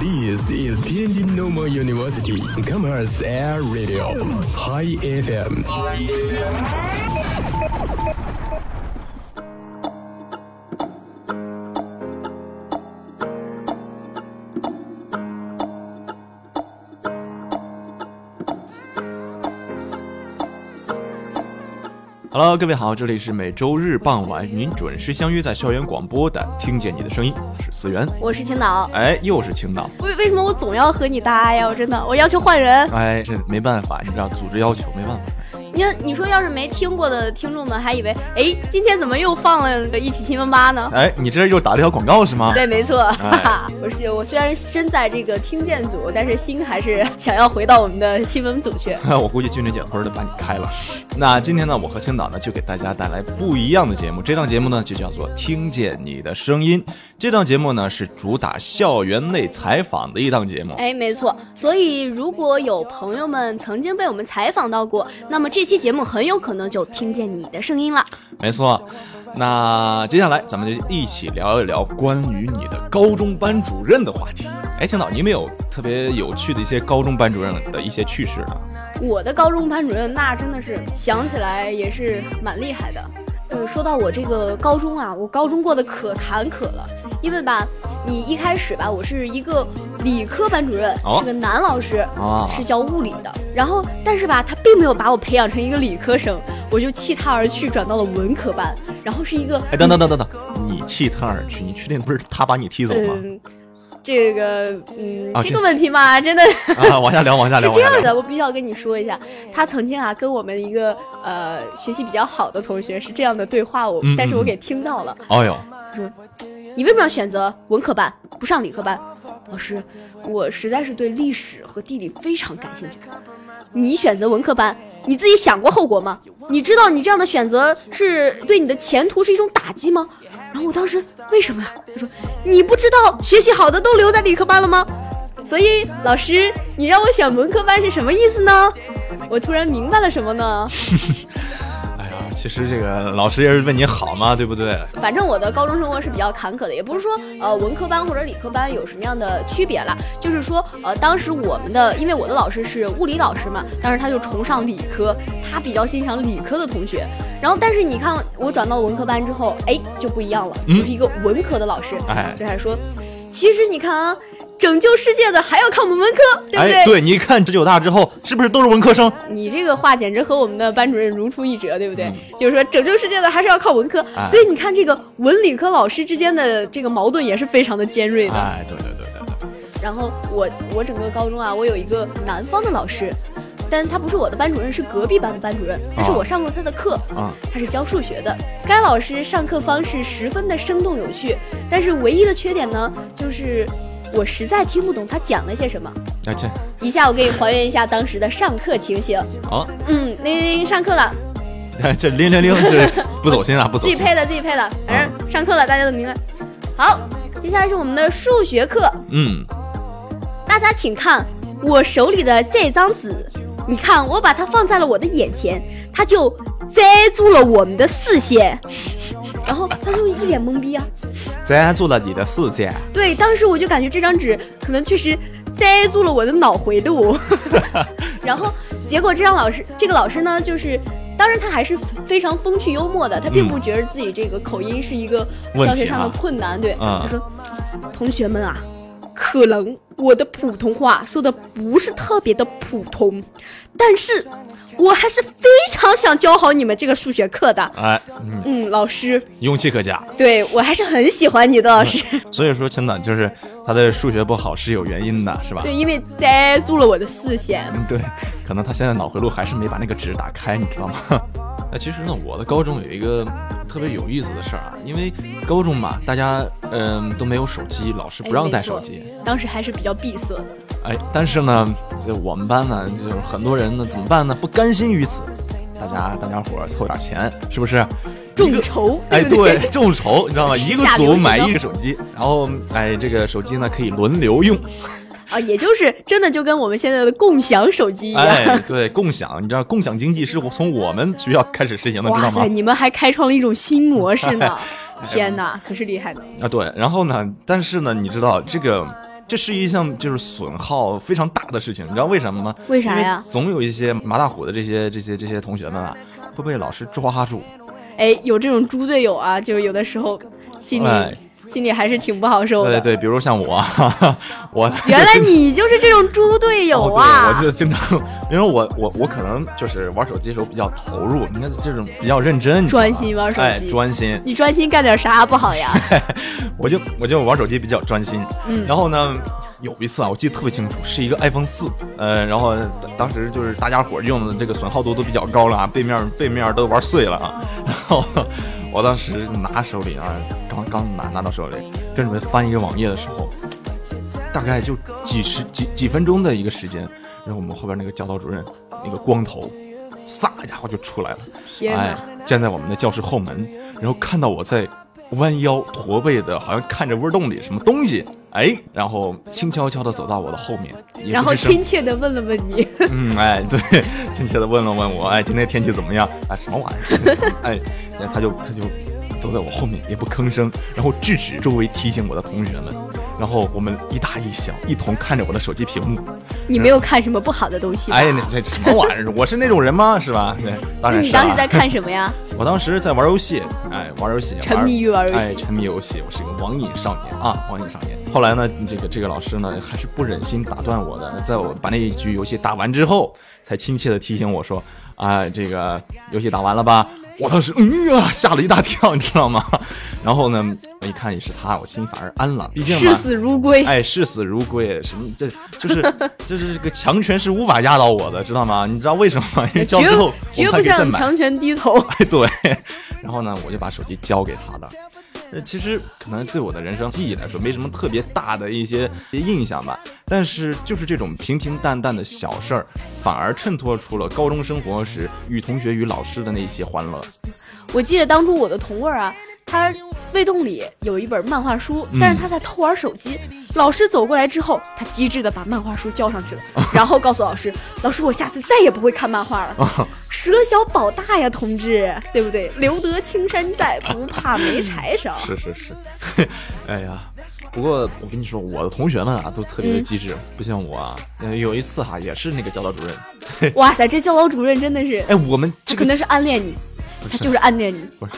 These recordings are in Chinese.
This is Tianjin Normal University Commerce Air Radio High FM。 Hello，各位好，这里是每周日傍晚与您准时相约在校园广播的《听见你的声音》，我是思源。我是青岛。哎，又是青岛，为为什么我总要和你搭呀？我真的，我要求换人。哎，这没办法，你知道组织要求没办法。你说，你说要是没听过的听众们，还以为，哎，今天怎么又放了个一起新闻吧呢？哎，你这又打了条广告是吗？对，没错，哈哈。 我是我虽然身在这个听见组，但是心还是想要回到我们的新闻组去。 我估计俊林姐突然就把你开了。那今天呢，我和青岛呢就给大家带来不一样的节目。这档节目呢就叫做《听见你的声音》。这档节目呢是主打校园内采访的一档节目。哎，没错。所以如果有朋友们曾经被我们采访到过，那么这期节目很有可能就听见你的声音了。没错，那接下来咱们就一起聊一聊关于你的高中班主任的话题。哎，青岛，你有没有特别有趣的一些高中班主任的一些趣事呢？我的高中班主任那真的是想起来也是蛮厉害的。呃，说到我这个高中啊，我高中过得可坎坷了，因为吧，你一开始吧，我是一个理科班主任，哦是个男老师，啊是教物理的。然后，但是吧，他并没有把我培养成一个理科生，我就弃他而去，转到了文科班，然后是一个哎，等等等等等，你弃他而去，你确定不是他把你踢走吗？嗯。这个，嗯，啊这这个问题嘛，真的 啊，往下聊，往下是聊，往这下样聊。的，我必须要跟你说一下，他曾经啊跟我们一个呃学习比较好的同学是这样的对话，我嗯嗯但是我嗯给听到了。哦呦，你为什么要选择文科班，不上理科班？老师，我实在是对历史和地理非常感兴趣。你选择文科班，你自己想过后果吗？你知道你这样的选择是对你的前途是一种打击吗？然后我当时为什么呀？他说你不知道学习好的都留在理科班了吗？所以老师，你让我选文科班是什么意思呢？我突然明白了什么呢？哎呀，其实这个老师也是为你好嘛，对不对？反正我的高中生活是比较坎坷的，也不是说呃文科班或者理科班有什么样的区别啦，就是说呃当时我们的，因为我的老师是物理老师嘛，当时他就崇尚理科，他比较欣赏理科的同学。然后但是你看我转到文科班之后，哎就不一样了，嗯就是一个文科的老师，哎就还说，其实你看啊，拯救世界的还要靠我们文科，对不对？哎，对，你一看这九大之后，是不是都是文科生？你这个话简直和我们的班主任如出一辙，对不对？嗯就是说，拯救世界的还是要靠文科，哎所以你看这个文理科老师之间的这个矛盾也是非常的尖锐的。哎，对对对对对。然后我我整个高中啊，我有一个南方的老师，但他不是我的班主任，是隔壁班的班主任，但是啊我上过他的课，啊他是教数学的。该老师上课方式十分的生动有趣，但是唯一的缺点呢，就是我实在听不懂他讲了些什么。那这一下我给你还原一下当时的上课情形。啊，嗯，那那上课了。 这零零零是不走心啊，不走自己心。配的，自己配的，反正上课了，大家都明白。好，接下来是我们的数学课，嗯，大家请看我手里的这张纸，你看我把它放在了我的眼前，它就遮住了我们的视线。然后他就一脸懵逼啊，咱做了你的四件。对，当时我就感觉这张纸可能确实塞住了我的脑回 路，然后结果这张老师，这个老师呢，就是当然他还是非常风趣幽默的，他并不觉得自己这个口音是一个嗯问教题学上的啊困难，对，嗯他说，同学们啊，可能我的普通话说的不是特别的普通，但是我还是非常想教好你们这个数学课的，哎，嗯，嗯，老师，勇气可嘉。对我还是很喜欢你 的老师。所以说，青岛就是他的数学不好是有原因的，是吧？对，因为塞住了我的视线。嗯，对，可能他现在脑回路还是没把那个纸打开，你知道吗？ 那其实呢，我的高中有一个特别有意思的事儿啊，因为高中嘛，大家嗯、都没有手机，老师不让带手机。哎当时还是比较闭塞的。哎，但是呢，就我们班呢，就是很多人呢，怎么办呢？不甘心于此，大家大家伙儿凑点钱，是不是？一众个筹， 哎，不对，众筹，你知道 吗？一个下流组行买的一个手机，然后哎，这个手机呢可以轮流 用，啊，也就是真的就跟我们现在的共享手机一样。哎，对，共享，你知道共享经济是从我们学校开始实行的，知哇道塞，吗？你们还开创了一种新 模式呢！天哪，可是厉害呢。啊，对，然后呢，但是呢，你知道这个这是一项就是损耗非常大的事情，你知道为什么吗？为啥呀因为总有一些马大虎的这些这些这些同学们啊，会被老师抓住。哎，有这种猪队友啊，就是有的时候心里、哎心里还是挺不好受对的。对，比如像我， 哈哈，我哦原来你就是这种猪队友啊！哦、对，我就经常，因为我我我可能就是玩手机的时候比较投入，应该是这种比较认真，你知道吗专心玩手机哎，专心，你专心干点啥不好 呀？我就我就玩手机比较专心。嗯然后呢，有一次啊，我记得特别清楚，是一个 iPhone 四，呃，然后当当时就是大家伙儿用的这个损耗度都比较高了啊，背面背面都玩碎了啊。 然后我当时拿手里啊，刚刚拿拿到手里，正准备翻一个网页的时候，大概就几十几几分钟的一个时间，然后我们后边那个教导主任那个光头，撒家伙就出来了。天哪！哎，站在我们的教室后门，然后看到我在弯腰驼背的，好像看着窝洞里什么东西，哎，然后轻悄悄的走到我的后面，也不然后吱声亲切的问了问你， 嗯，哎，对，亲切的问了问我，哎，今天天气怎么样？啊，什么玩意儿？ 哎，然后他就他就走在我后面，也不吭声，然后制止周围提醒我的同学们，然后我们一大一小一同看着我的手机屏幕，你没有看什么不好的东西吧？哎，那这什么玩意儿？我是那种人吗？是吧？对，当那然你是、啊。当时在看什么呀？我当时在玩游戏，哎，玩游戏，沉迷于玩游戏哎，沉迷游戏，我是一个网瘾少年啊，网瘾少年。后来呢，这个这个老师呢，还是不忍心打断我的，在我把那一局游戏打完之后，才亲切的提醒我说，啊、这个游戏打完了吧？我当时嗯啊，吓了一大跳，你知道吗？ 然后呢，我一看也是他，我心反而安了，毕竟视嘛。死如归。哎，视死如归，什么？这就是，就是这个强权是无法压倒我的，知道吗？你知道为什么吗？ 因为哎绝交之后，绝我不还可以再向买。强权低头。 哎， 对。然后呢，我就把手机交给他的。呃，其实可能对我的人生记忆来说，没什么特别大的一些印象吧。但是就是这种平平淡淡的小事儿，反而衬托出了高中生活时与同学与老师的那些欢乐。我记得当初我的同位儿啊，他胃洞里有一本漫画书，嗯但是他在偷玩手机。老师走过来之后，他机智的把漫画书交上 去了，然后告诉老师：“老师，我下次再也不会看漫画哦 了。”舍小保大呀，同志，对不对？留得青山在，不怕没柴 烧。是是是，哎呀，不过我跟你说，我的同学们啊都特别的机智，不像我啊。呃，有一次哈、也是那个教导主任，哇塞，这教导主任真的是，哎，我们他这可个能是暗恋你，他就是暗恋你。不是，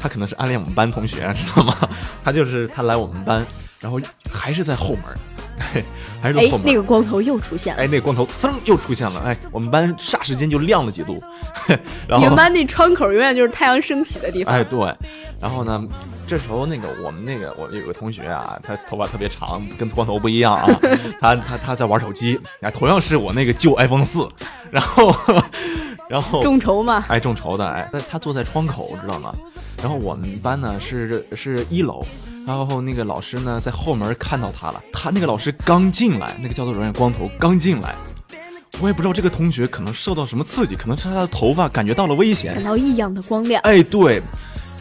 他可能是暗恋我们班同学， 知道吗？他就是他来我们班，然后还是在后门儿， 嘿还是哎在后，门儿。那个光头又出现了。哎，那个光头噌又出现了，哎，我们班霎时间就亮了几度， 嘿然你后们班那窗口永远就是太阳升起的地方。哎，对，然后呢，这时候那个我们那个我有个同学啊，他头发特别长，跟光头不一 样啊，他他他在玩手机，哎，同样是我那个旧 iPhone 四，然后 然后众筹嘛，哎，众筹的哎，那他坐在窗口，知道吗？然后我们班呢是是一楼，然后那个老师呢在后门看到他了，他那个老师刚进来，那个教导主任光头刚进来，我也不知道这个同学可能受到什么刺激，可能是他的头发感觉到了危险感，到异样的光亮。哎对，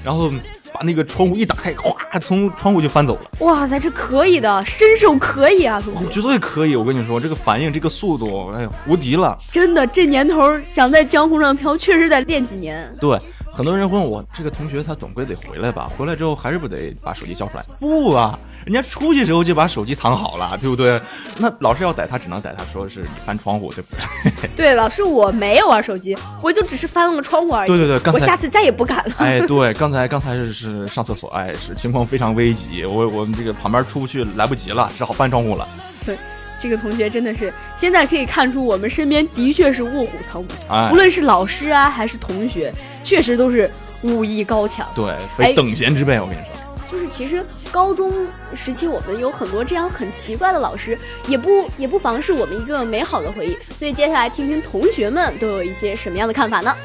然后把那个窗户一打开，哗，从窗户就翻走了。哇塞，这可以的，身手可以啊，同我学。绝对可以，我跟你说，这个反应，这个速度，哎呦，无敌了。真的，这年头想在江湖上飘，确实得练几年。对，很多人问我，这个同学他总归得回来吧？回来之后还是不得把手机交出来？不啊，人家出去时候就把手机藏好了，对不对？那老师要逮他，只能逮他说是你翻窗户，对不对？ 对，老师，我没有玩手机，我就只是翻了个窗户而已。对对对刚我才下次再也不敢了。哎，对，刚才刚才是是上厕所，哎，是情况非常危急，我我们这个旁边出不去，来不及了，只好翻窗户了。 对，这个同学真的是，现在可以看出我们身边的确是卧虎藏龙，哎无，论是老师啊还是同学，确实都是武艺高强。对，哎非等闲之辈，我跟你说。就是其实高中时期我们有很多这样很奇怪的老师，也不也不妨是我们一个美好的回忆。所以接下来听听同学们都有一些什么样的看法呢？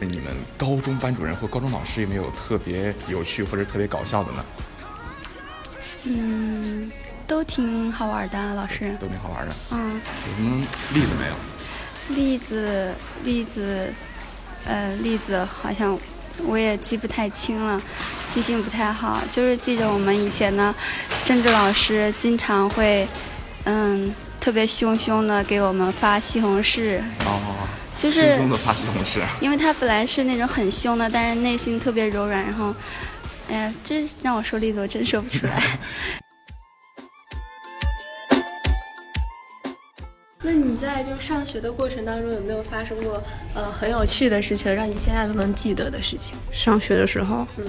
哎你们高中班主任或高中老师有没有特别有趣或者特别搞笑的呢？嗯，都挺好玩的，老师。都挺好玩的，嗯，有什么例子没有？栗子，栗子，呃，栗子好像我也记不太清了，记性不太好。就是记着我们以前呢，政治老师经常会，嗯，特别凶凶的给我们发西红柿，哦，就轻是松的发西红柿，因为他本来是那种很凶的，但是内心特别柔软，然后，哎呀，这让我说栗子我真说不出来。那你在就上学的过程当中，有没有发生过呃很有趣的事情，让你现在都能记得的事情？上学的时候，嗯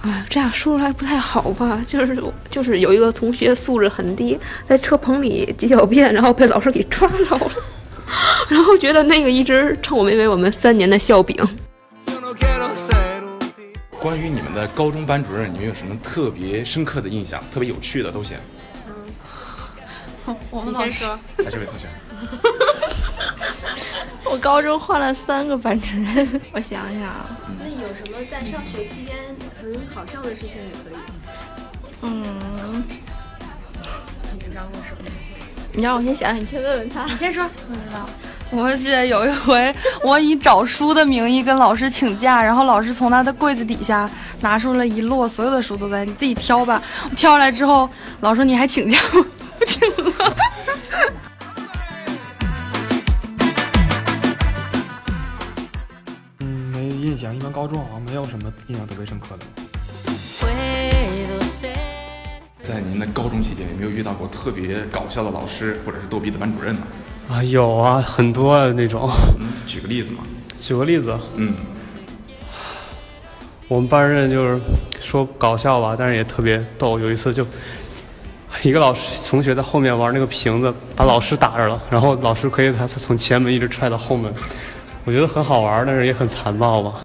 哎，这样说出来不太好吧？就是就是有一个同学素质很低，在车棚里解小便，然后被老师给抓着了， 然后觉得那个一直称我们为我们三年的笑柄。关于你们的高中班主任，你们有什么特别深刻的印象？特别有趣的都行。我们老师，来，哎这位同学，我高中换了三个班主任， 我想想啊，那有什么在上学期间很好笑的事情也可以？嗯，啊你让我先想想，你先问问他。你先说，不知道。 我就记得有一回，我以找书的名义跟老师请假，然后老师从他的柜子底下拿出了一摞所有的书，都在你自己挑吧。挑出来之后，老师说你还请假吗？不请了。嗯，没印象。一般高中好像没有什么印象特别深刻的。在您的高中期间，有没有遇到过特别搞笑的老师或者是逗逼的班主任呢？啊，有啊，很多啊那种。嗯，举个例子嘛。举个例子，嗯，我们班主任就是说搞笑吧，但是也特别逗。有一次就一个老师同学在后面玩那个瓶子，把老师打着了，然后老师可以他从前门一直踹到后门，我觉得很好玩，但是也很残暴吧。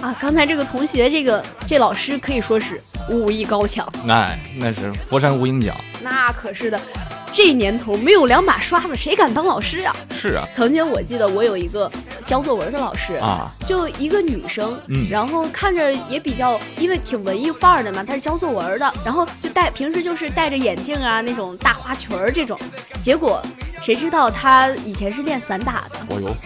啊，刚才这个同学，这个这老师可以说是武艺高强，哎，那是佛山无影脚。那可是的。这年头没有两把刷子，谁敢当老师啊？是啊，曾经我记得我有一个教作文的老师啊，就一个女生，嗯然后看着也比较，因为挺文艺范儿的嘛，她是教作文的，然后就戴平时就是戴着眼镜啊，那种大花裙儿这种，结果谁知道她以前是练散打的，我有。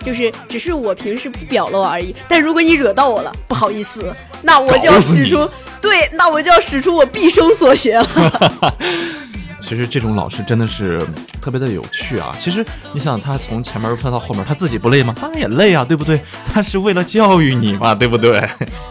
就是只是我平时不表露而已，但如果你惹到我了，不好意思，那我就要搞死你使出，对，那我就要使出我毕生所学了。 其实这种老师真的是嗯特别的有趣啊！其实你想，他从前面窜到后面，他自己不累吗？当然也累啊，对不对？他是为了教育你嘛，对不对？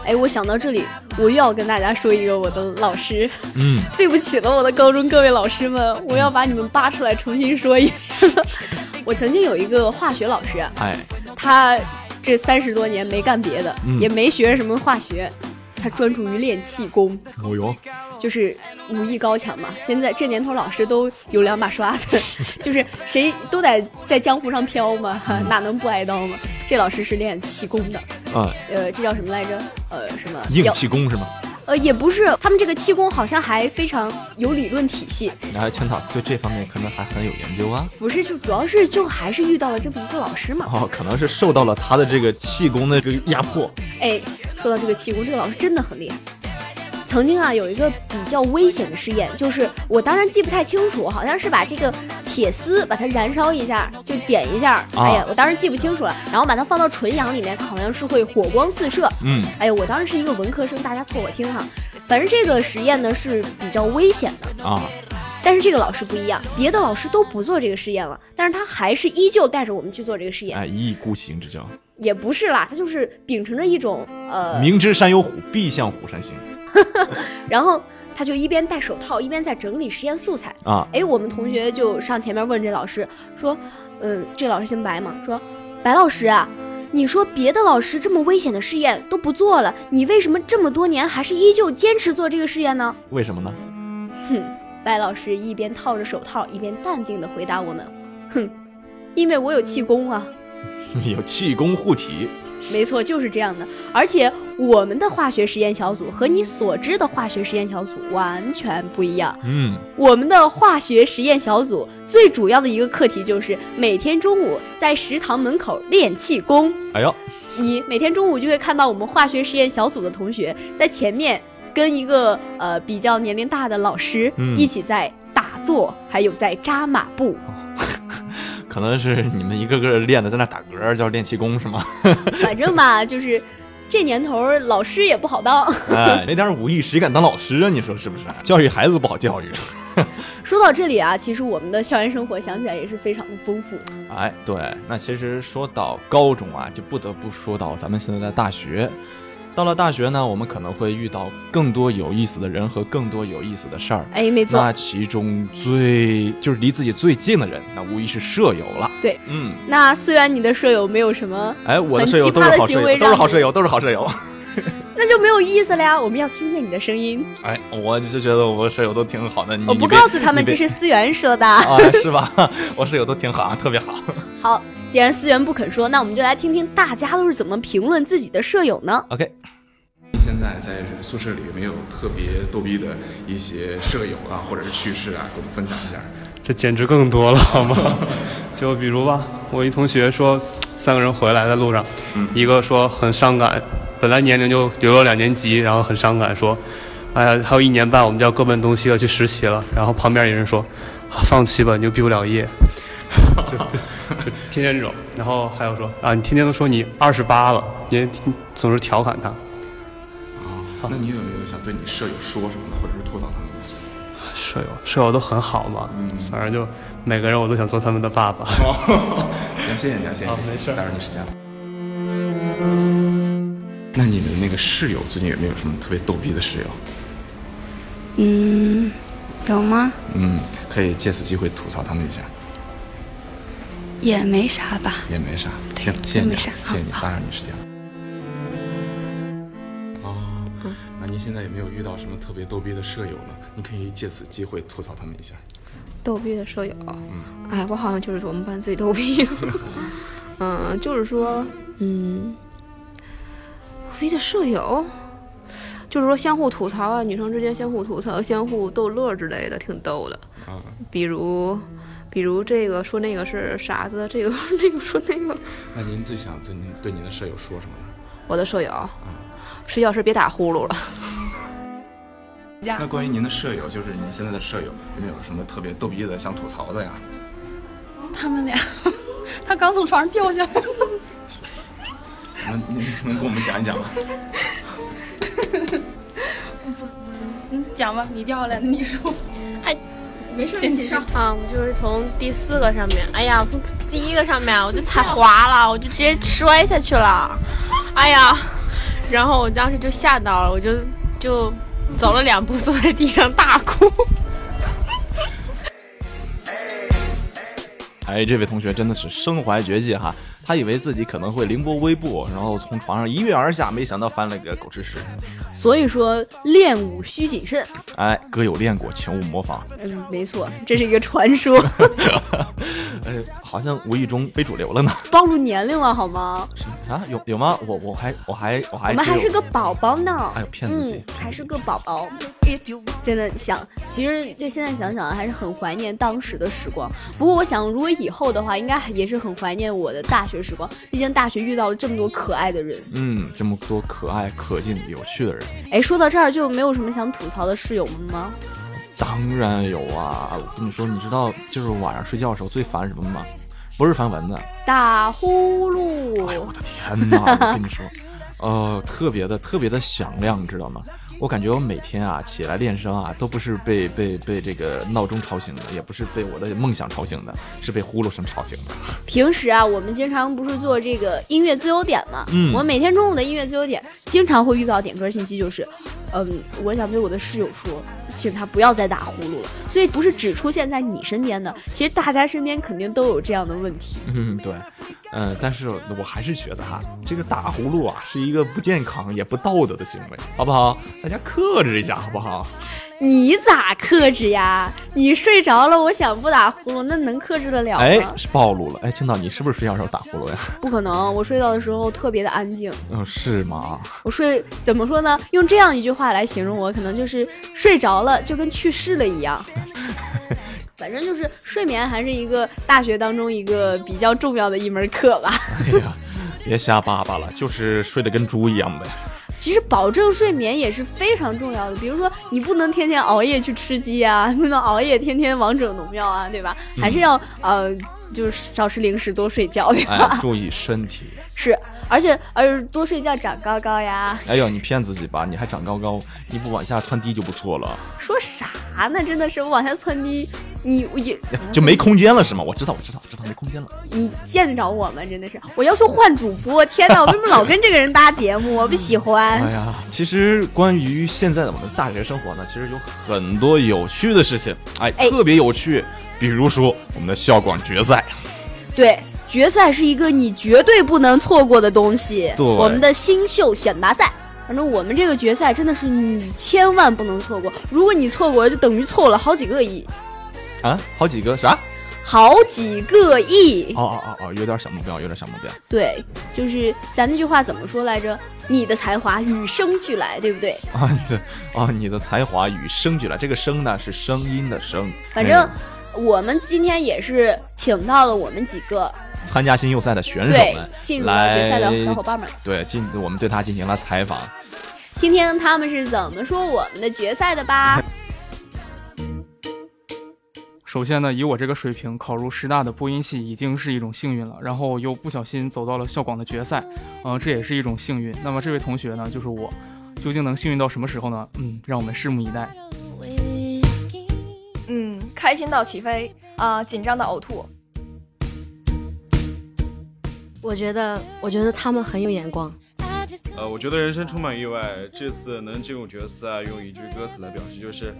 哎，我想到这里，我又要跟大家说一个我的老师，嗯， 对不起了，我的高中各位老师们，我要把你们扒出来重新说一遍了。 我曾经有一个化学老师啊，哎，他这三十多年没干别的，嗯也没学什么化学，他专注于练气功，我有。就是武艺高强嘛。现在这年头，老师都有两把刷子， 就是谁都得在江湖上飘嘛，嗯哪能不挨刀嘛？这老师是练气功的，啊，呃，这叫什么来着？呃，什么硬要气功是吗？呃，也不是，他们这个气功好像还非常有理论体系，然后青岛对这方面可能还很有研究啊。不是，就主要是就还是遇到了这么一个老师嘛。哦，可能是受到了他的这个气功的这个压迫。哎，说到这个气功，这个老师真的很厉害。曾经啊，有一个比较危险的试验，就是我当然记不太清楚，好像是把这个铁丝把它燃烧一下，就点一下。啊哎呀，我当时记不清楚了。然后把它放到纯阳里面，它好像是会火光四射。嗯，哎呀，我当时是一个文科生，大家凑合听哈。反正这个实验呢是比较危险的，啊，但是这个老师不一样，别的老师都不做这个实验了，但是他还是依旧带着我们去做这个实验，哎，一意孤行之叫，也不是啦，他就是秉承着一种呃，明知山有虎，必向虎山行然后他就一边戴手套，一边在整理实验素材。啊。哎，我们同学就上前面问这老师说，嗯，这老师姓白嘛，说白老师啊，你说别的老师这么危险的试验都不做了，你为什么这么多年还是依旧坚持做这个试验呢？为什么呢？白老师一边套着手套，一边淡定地回答我们， 哼，因为我有气功啊。有气功护体。没错，就是这样的。而且我们的化学实验小组和你所知的化学实验小组完全不一样。嗯，我们的化学实验小组最主要的一个课题就是每天中午在食堂门口练气功。哎呦，你每天中午就会看到我们化学实验小组的同学在前面跟一个呃比较年龄大的老师嗯一起在打坐，还有在扎马步。可能是你们一个个练的在那打嗝，叫练气功是吗？ 反正吧，就是 这年头儿老师也不好当。哎，没点武艺谁敢当老师啊？你说是不是？教育孩子不好教育。说到这里啊，其实我们的校园生活想起来也是非常的丰富。哎，对，那其实说到高中啊，就不得不说到咱们现在在大学。到了大学呢，我们可能会遇到更多有意思的人和更多有意思的事儿。哎没错那其中最就是离自己最近的人，那无疑是舍友了。对，嗯，那思源，你的舍友没有什么，哎，我的很舍友奇都葩是的好行舍为友，都是让好你舍友，都是好舍友。那就没有意思了呀。我们要听见你的声音，哎，我就觉得我舍友都挺好的。你我不你别告诉他们你别这是思源说的。啊，是吧？ 我室友都挺好，啊，特别好。好，既然思源不肯说，那我们就来听听大家都是怎么评论自己的舍友呢？ OK，现在在宿舍里有没有特别逗逼的一些舍友啊，或者是趣事啊，给我们分享一下？这简直更多了，好吗？ 就比如吧，我一同学说，三个人回来在路上，一个说很伤感，本来年龄就留了两年级，然后很伤感说，哎呀，还有一年半我们就要各奔东西了，去实习了。然后旁边有人说，啊放弃吧，你就毕不了业， 就就天天这种。然后还有说啊，你天天都说你二十八了，你总是调侃他。那你有没有想对你舍友说什么的，或者是吐槽他们的一些？舍友舍友都很好嘛，反正就每个人我都想做他们的爸爸。行，谢谢你啊，谢谢好你，谢没谢事你，儿打扰你时间了。那你们那个室友最近有没有什么特别逗逼的室友？嗯，有吗？嗯，可以借此机会吐槽他们一下，也没啥吧。也没啥。行，谢谢没你，谢啥谢你，打扰你时间了。嗯哦，那您现在有没有遇到什么特别逗逼的舍友呢？你可以借此机会吐槽他们一下。逗逼的舍友，哎，我好像就是我们班最逗逼的。嗯，就是说，嗯，逗逼的舍友，就是说相互吐槽啊，女生之间相互吐槽、相互逗乐之类的，挺逗的。啊，比如，比如这个说那个是傻子，这个 那个说那个。那您最想对您对您的舍友说什么呢？我的舍友，睡觉时别打呼噜了。那关于您的舍友，就是您现在的舍友，有没有什么特别逗逼的想吐槽的呀？他们俩， 他刚从床上掉下来了。能能能跟我们讲一讲吗？嗯，讲吧，你掉下来的，你说。没事，你你继续啊，我就是从第四个上面，哎呀，我从第一个上面我就踩滑了，我就直接摔下去了，哎呀，然后我当时就吓到了，我就就走了两步，坐在地上大哭。哎，这位同学真的是身怀绝技哈！他以为自己可能会凌波微步，然后从床上一跃而下，没想到翻了个狗吃屎。所以说练武需谨慎。哎，哥有练过，请勿模仿。 嗯，没错，这是一个传说， 哎，好像无意中非主流了呢。暴露年龄了好吗？啊，有有吗？我我还我还我还我们还只有是个宝宝呢，哎呦骗自己嗯，还是个宝宝。真的想，其实就现在想想，还是很怀念当时的时光。不过我想，如果以后的话，应该也是很怀念我的大学时光。毕竟大学遇到了这么多可爱的人。嗯，这么多可爱、可敬、有趣的人，哎，说到这儿就没有什么想吐槽的室友们吗？当然有啊！我跟你说，你知道就是晚上睡觉的时候最烦什么吗？不是烦蚊子，打呼噜，哎天呐，我跟你说，呃，特别的特别的响亮，你知道吗？我感觉我每天啊起来练声啊，都不是被被被这个闹钟吵醒的，也不是被我的梦想吵醒的，是被呼噜声吵醒的。 平时啊，我们经常不是做这个音乐自由点嘛，嗯我每天中午的音乐自由点经常会遇到点歌信息，就是，嗯，我想对我的室友说，请他不要再打呼噜了。所以不是只出现在你身边的，其实大家身边肯定都有这样的问题。嗯，对，嗯，但是我还是觉得哈，这个打呼噜啊是一个不健康也不道德的行为，好不好？大家克制一下，好不好？你咋克制呀？你睡着了，我想不打呼噜，那能克制得了吗？哎，是暴露了。哎，青岛，你是不是睡觉时候打呼噜呀？ 不可能，我睡觉的时候特别的安静。嗯，是吗？我睡怎么说呢？用这样一句话来形容我，可能就是睡着了就跟去世了一样。 反正就是睡眠还是一个大学当中一个比较重要的一门课吧。 哎呀，别瞎叭叭了，就是睡得跟猪一样呗。其实保证睡眠也是非常重要的，比如说你不能天天熬夜去吃鸡啊，不能熬夜天天王者农药啊，对吧？还是要呃，就是少吃零食，多睡觉，对吧？哎，注意身体。 是，而且而多睡觉长高高呀。哎呦，你骗自己吧，你还长高高，你不往下窜低就不错了。说啥呢？真的是我往下窜低，你也就没空间了是吗？我知道，我知道，知道没空间了。你见得着我吗？真的是，我要求换主播。天 哪，我为什么老跟这个人搭节目？我不喜欢。哎呀，其实关于现在的我们大学生活呢，其实有很多有趣的事情，哎，哎特别有趣。比如说我们的校广决赛，对，决赛是一个你绝对不能错过的东西。对我们的新秀选拔赛，反正我们这个决赛真的是你千万不能错过。如果你错过了，就等于错了好几个亿，啊，好几个啥？好几个亿。哦哦哦哦，有点小目标，有点小目标。对，就是咱那句话怎么说来着？你的才华与生俱来，对不对？ 啊，对，啊，你的才华与生俱来。这个“生”呢是声音的“声”，嗯反正我们今天也是请到了我们几个参加新秀赛的选手对们，进入到决赛的小伙伴们来对，进我们对他进行了采访。听听他们是怎么说我们的决赛的吧。首先呢，以我这个水平考入师大的播音系已经是一种幸运了，然后又不小心走到了校广的决赛，嗯、这也是一种幸运。那么这位同学呢，就是我，究竟能幸运到什么时候呢？嗯，让我们拭目以待。嗯，开心到起飞啊、紧张到呕吐。我觉得，我觉得他们很有眼光。呃，我觉得人生充满意外，这次能进入决赛，用一句歌词来表示就是：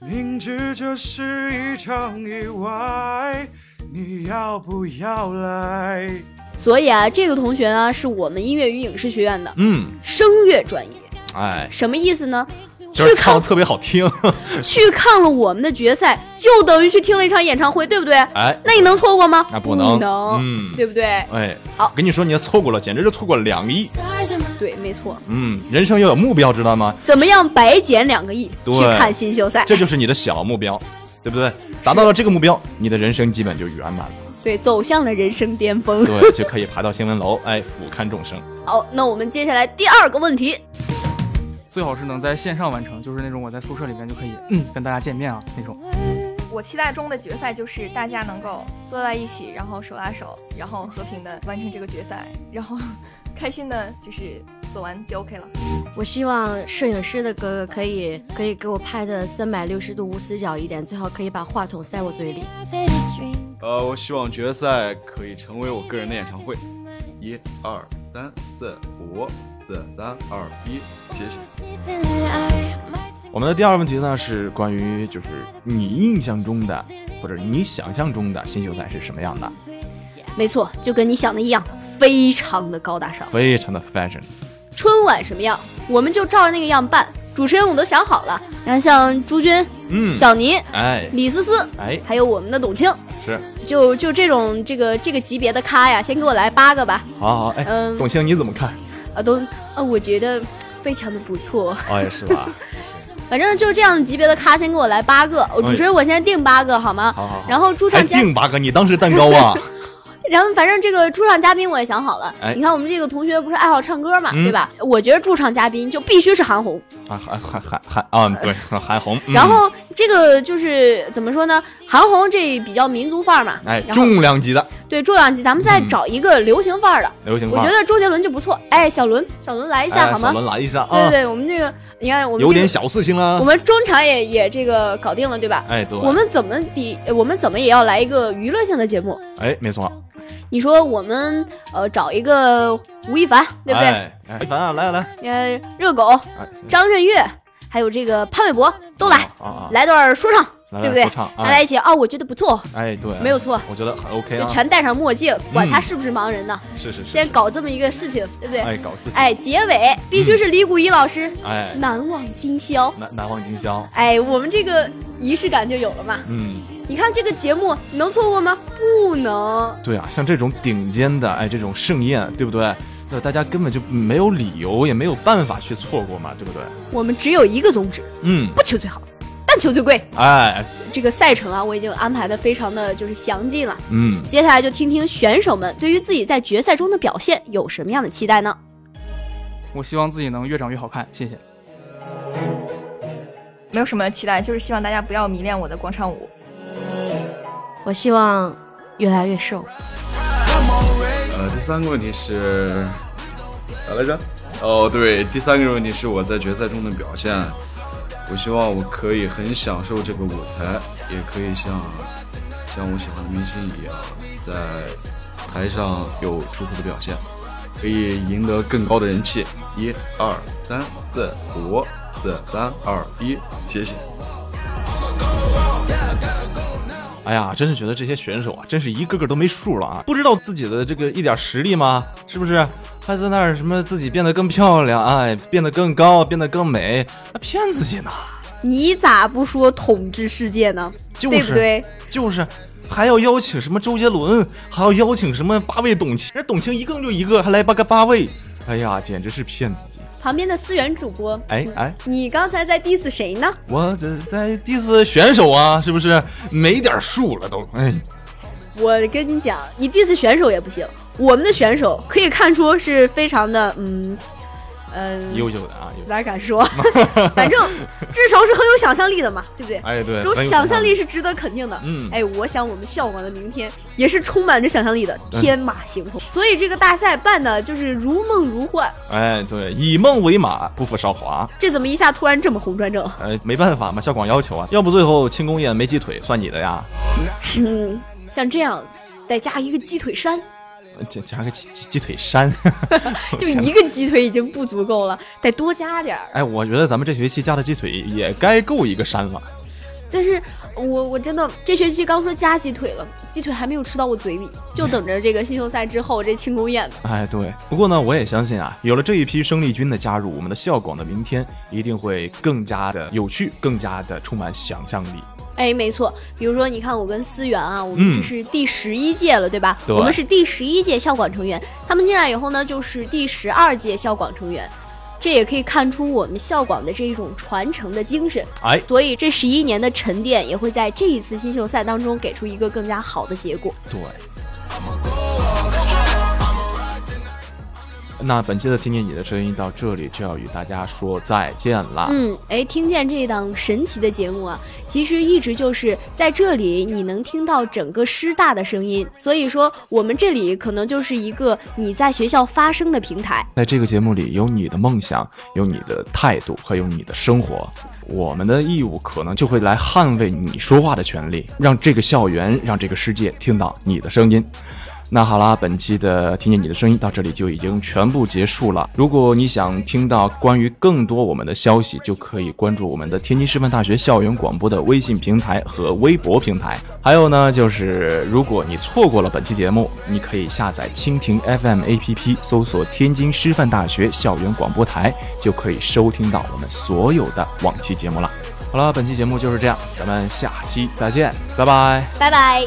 明知这是一场意外，你要不要来？所以啊，这个同学呢是我们音乐与影视学院的嗯，声乐专业，哎，什么意思呢？就是唱得特别好 听。去看了我们的决赛，就等于去听了一场演唱会，对不对？哎，那你能错过吗？那不不能嗯对不对？哎，好跟你说，你要错过了，简直就错过了两个亿。对，没错。嗯，人生要有目标，知道吗？怎么样白捡两个亿对去看新秀赛？这就是你的小目标，对不对？达到了这个目标，你的人生基本就圆满了。 对，走向了人生巅峰。对，就可以爬到新闻楼，哎，俯瞰众生。好，那我们接下来第二个问题，最好是能在线上完成，就是那种我在宿舍里面就可以，嗯，跟大家见面啊那种。我期待中的决赛就是大家能够坐在一起，然后手拉手，然后和平的完成这个决赛，然后开心的就是走完就 OK 了。我希望摄影师的哥哥可以可以给我拍的三百六十度无死角一点，最好可以把话筒塞我嘴里。 呃，我希望决赛可以成为我个人的演唱会。一二三四五四三二一，谢谢。我们的第二个问题呢是关于就是你印象中的或者你想象中的新秀赛是什么样的？没错，就跟你想的一样，非常的高大上。非常的 fashion。春晚什么样，我们就照着那个样办。主持人我都想好了，然后像朱军、嗯，小尼、哎，李思思，哎还有我们的董卿，是，就就这种这个这个级别的咖呀，先给我来八个吧。好好哎，嗯董卿你怎么看？啊，都啊，我觉得非常的不错。哎，是吧？反正就是这样级别的咖，先给我来八个。我、主持人，我先定八个好吗？好好好。然后驻还唱嘉，哎定八个，你当时蛋糕 啊？然后反正这个驻唱嘉宾我也想好了。哎你看我们这个同学不是爱好唱歌嘛，嗯对吧？我觉得驻唱嘉宾就必须是韩红。啊，韩韩韩韩啊，对， 韩红。嗯然后这个就是怎么说呢？韩红这比较民族范儿嘛，哎，然后重嗯量级的对重量级，咱们再找一个流行范儿的。流行我范儿。觉得周杰伦就不错。哎，小伦，小伦来一下、哎好吗？小伦来一下啊对对对，我们这个你看我们、这个、有点小事情啦。我们中场也也这个搞定了，对吧？哎对我们怎么得，我们怎么也要来一个娱乐性的节目？哎，没错，你说我们呃找一个吴亦凡，对不对？哎，哎凡啊，来来来，哎呃，热狗、张震岳，还有这个潘玮柏都来，啊啊，来段说唱，来对不来对说唱？大哎家一起啊，我觉得不错，哎，对，没有错我觉得很 OK 就啊。全戴上墨镜，管嗯他是不是盲人呢，是是是，先搞这么一个事情，对不对？哎，搞事情，哎，结尾必须是李谷一老师，哎，难忘今宵。南南方经销，哎，我们这个仪式感就有了嘛。嗯，你看这个节目能错过吗？不能。对啊，像这种顶尖的，哎，这种盛宴，对不对？那大家根本就没有理由，也没有办法去错过嘛，对不对？我们只有一个宗旨，嗯，不求最好，但求最贵。哎，这个赛程啊，我已经安排的非常的就是详尽了。嗯，接下来就听听选手们对于自己在决赛中的表现有什么样的期待呢？我希望自己能越长越好看，谢谢。没有什么期待，就是希望大家不要迷恋我的广场舞。我希望越来越瘦。呃，第三个问题是啥来着？哦，对，第三个问题是我在决赛中的表现。我希望我可以很享受这个舞台，也可以像像我喜欢的明星一样，在台上有出色的表现，可以赢得更高的人气。一二三四五四三二一，谢谢。哎呀，真是觉得这些选手啊，真是一个个都没数了啊！不知道自己的这个一点实力吗？是不是？还在那儿什么自己变得更漂亮，哎，变得更高，变得更美，那骗自己呢？你咋不说统治世界呢？就是对不对？就是还要邀请什么周杰伦，还要邀请什么八位董卿，人董卿一共就一个，还来八个八位，哎呀，简直是骗自己！旁边的思源主播，哎哎，你刚才在 diss 谁呢？我这在 diss 选手啊，是不是没点数了都？哎，我跟你讲，你 diss 选手也不行，我们的选手可以看出是非常的，嗯，呃，优秀的啊，优秀哪敢说？ 反正至少是很有想象力的嘛，对不对？哎对这种很有想想象象力力是值得肯定的。嗯哎，我想我们校广的明天也是充满着想象力的，嗯天马行空。所以这个大赛办的就是如梦如幻。哎对，以梦为马，不负韶华。这怎么一下突然这么红专政？哎，没办法嘛，校广要求啊，要不最后庆功宴没鸡腿算你的呀，嗯，像这样再加一个鸡腿山，加加个鸡鸡鸡腿山。 就一个鸡腿已经不足够了，得多加点儿。哎，我觉得咱们这学期加的鸡腿也该够一个山了。但是我我真的这学期刚说加鸡腿了，鸡腿还没有吃到我嘴里，就等着这个新秀赛之后这庆功宴呢。哎，对，不过呢，我也相信啊，有了这一批生力军的加入，我们的校广的明天一定会更加的有趣，更加的充满想象力。哎，没错，比如说你看我跟思源啊，我们嗯这是第十一届了，对吧？对我们是第十一届校广成员，他们进来以后呢，就是第十二届校广成员。这也可以看出我们校广的这一种传承的精神，哎所以这十一年的沉淀也会在这一次新秀赛当中给出一个更加好的结果。对。那本期的听见你的声音到这里就要与大家说再见啦。嗯，哎，听见这档神奇的节目啊，其实一直就是在这里，你能听到整个师大的声音。所以说，我们这里可能就是一个你在学校发声的平台。在这个节目里，有你的梦想，有你的态度，还有你的生活。我们的义务可能就会来捍卫你说话的权利，让这个校园，让这个世界听到你的声音。那好啦，本期的听见你的声音到这里就已经全部结束了。如果你想听到关于更多我们的消息，就可以关注我们的天津师范大学校园广播的微信平台和微博平台。还有呢，就是如果你错过了本期节目，你可以下载蜻蜓 FM APP，搜索天津师范大学校园广播台，就可以收听到我们所有的往期节目了。好了，本期节目就是这样，咱们下期再见，拜拜。拜拜。